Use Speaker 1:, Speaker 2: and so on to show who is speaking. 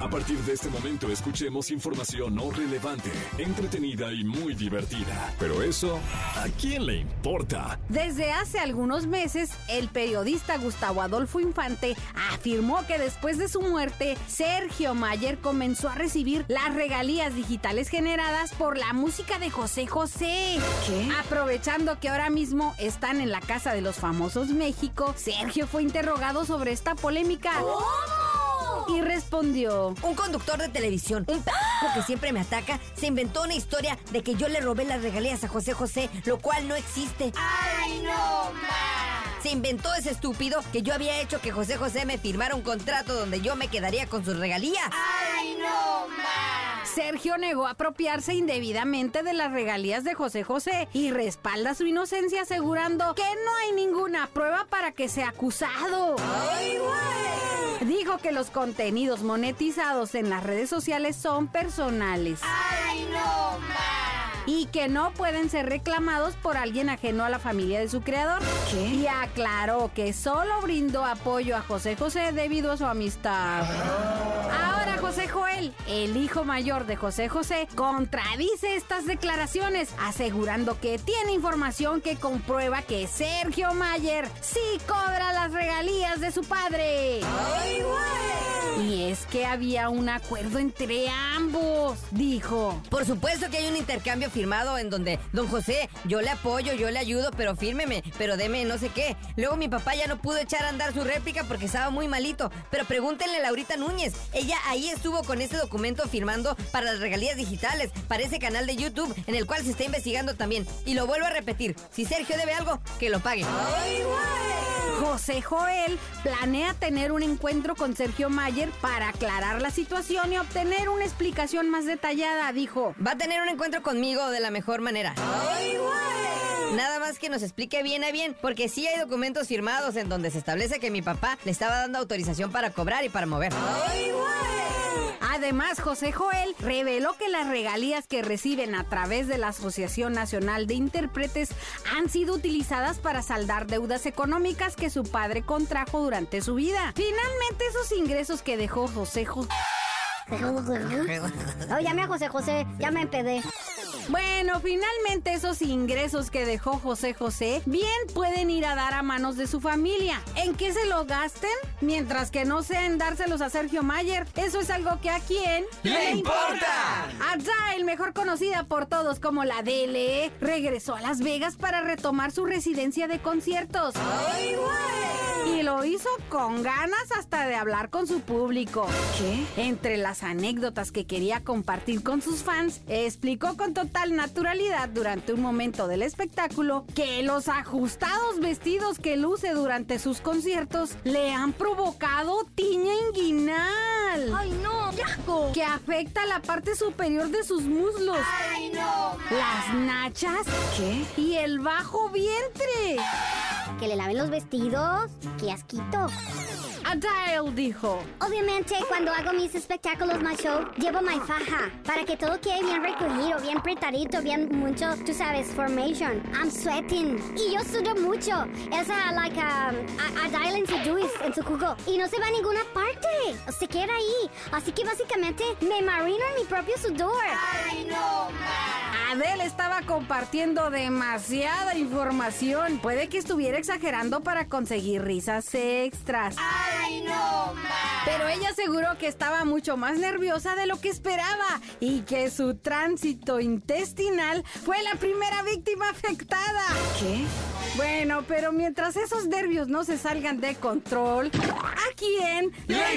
Speaker 1: A partir de este momento escuchemos información no relevante, entretenida y muy divertida. Pero eso, ¿a quién le importa?
Speaker 2: Desde hace algunos meses, el periodista Gustavo Adolfo Infante afirmó que después de su muerte, Sergio Mayer comenzó a recibir las regalías digitales generadas por la música de José José.
Speaker 3: ¿Qué?
Speaker 2: Aprovechando que ahora mismo están en la Casa de los Famosos México, Sergio fue interrogado sobre esta polémica. Y respondió.
Speaker 3: Un conductor de televisión, un p*** que siempre me ataca, se inventó una historia de que yo le robé las regalías a José José, lo cual no existe.
Speaker 4: ¡Ay, no más!
Speaker 3: Se inventó ese estúpido que yo había hecho que José José me firmara un contrato donde yo me quedaría con sus regalías.
Speaker 4: ¡Ay, no más!
Speaker 2: Sergio negó apropiarse indebidamente de las regalías de José José y respalda su inocencia asegurando que no hay ninguna prueba para que sea acusado. Dijo que los contenidos monetizados en las redes sociales son personales
Speaker 4: ¡Ay, no más!
Speaker 2: y que no pueden ser reclamados por alguien ajeno a la familia de su creador. Y aclaró que solo brindó apoyo a José José debido a su amistad. Ahora José Joel, el hijo mayor de José José, contradice estas declaraciones, asegurando que tiene información que comprueba que Sergio Mayer sí cobra las regalías de su padre. Y es que había un acuerdo entre ambos, dijo.
Speaker 3: Por supuesto que hay un intercambio firmado en donde, don José, yo le apoyo, yo le ayudo, pero fírmeme, pero deme no sé qué. Luego mi papá ya no pudo echar a andar su réplica porque estaba muy malito. Pero pregúntenle a Laurita Núñez. Ella ahí estuvo con ese documento firmando para las regalías digitales, para ese canal de YouTube en el cual se está investigando también. Y lo vuelvo a repetir, si Sergio debe algo, que lo pague.
Speaker 2: José Joel planea tener un encuentro con Sergio Mayer para aclarar la situación y obtener una explicación más detallada, dijo.
Speaker 3: Va a tener un encuentro conmigo de la mejor manera. Nada más que nos explique bien a bien, porque sí hay documentos firmados en donde se establece que mi papá le estaba dando autorización para cobrar y para mover.
Speaker 2: Además, José Joel reveló que las regalías que reciben a través de la Asociación Nacional de Intérpretes han sido utilizadas para saldar deudas económicas que su padre contrajo durante su vida. Finalmente, esos ingresos que dejó José Jo-
Speaker 5: Oh, llamé a José José, ya me empedé.
Speaker 2: Bueno, finalmente esos ingresos que dejó José José bien pueden ir a dar a manos de su familia. ¿En qué se lo gasten? Mientras que no sean dárselos a Sergio Mayer. Eso es algo que a quién le importa. Agile, mejor conocida por todos como la DLE, regresó a Las Vegas para retomar su residencia de conciertos. Y lo hizo con ganas hasta de hablar con su público. ¿Qué? Entre las anécdotas que quería compartir con sus fans, explicó con total naturalidad durante un momento del espectáculo que los ajustados vestidos que luce durante sus conciertos le han provocado tiña inguinal.
Speaker 5: ¡Ay, no! ¡Qué asco!
Speaker 2: Que afecta la parte superior de sus muslos,
Speaker 4: ¡Ay, no más!
Speaker 2: las nachas y el bajo vientre.
Speaker 5: Que le laven los vestidos. ¡Qué asquito!
Speaker 2: Adele dijo.
Speaker 5: Obviamente, cuando hago mis espectáculos, my show, llevo mi faja para que todo quede bien recogido, bien apretadito, bien mucho, tú sabes, formation. I'm sweating. Y yo sudo mucho. Esa, like, um, a, a dial en su juice, en su jugo. Y no se va a ninguna parte. Se queda ahí. Así que básicamente me marino en mi propio sudor.
Speaker 4: ¡Ay, no más!
Speaker 2: Adele estaba compartiendo demasiada información. Puede que estuviera exagerando para conseguir risas extras.
Speaker 4: ¡Ay, no más!
Speaker 2: Pero ella aseguró que estaba mucho más nerviosa de lo que esperaba y que su tránsito intestinal fue la primera víctima afectada. ¿Qué? Bueno, pero mientras esos nervios no se salgan de control, ¿a quién le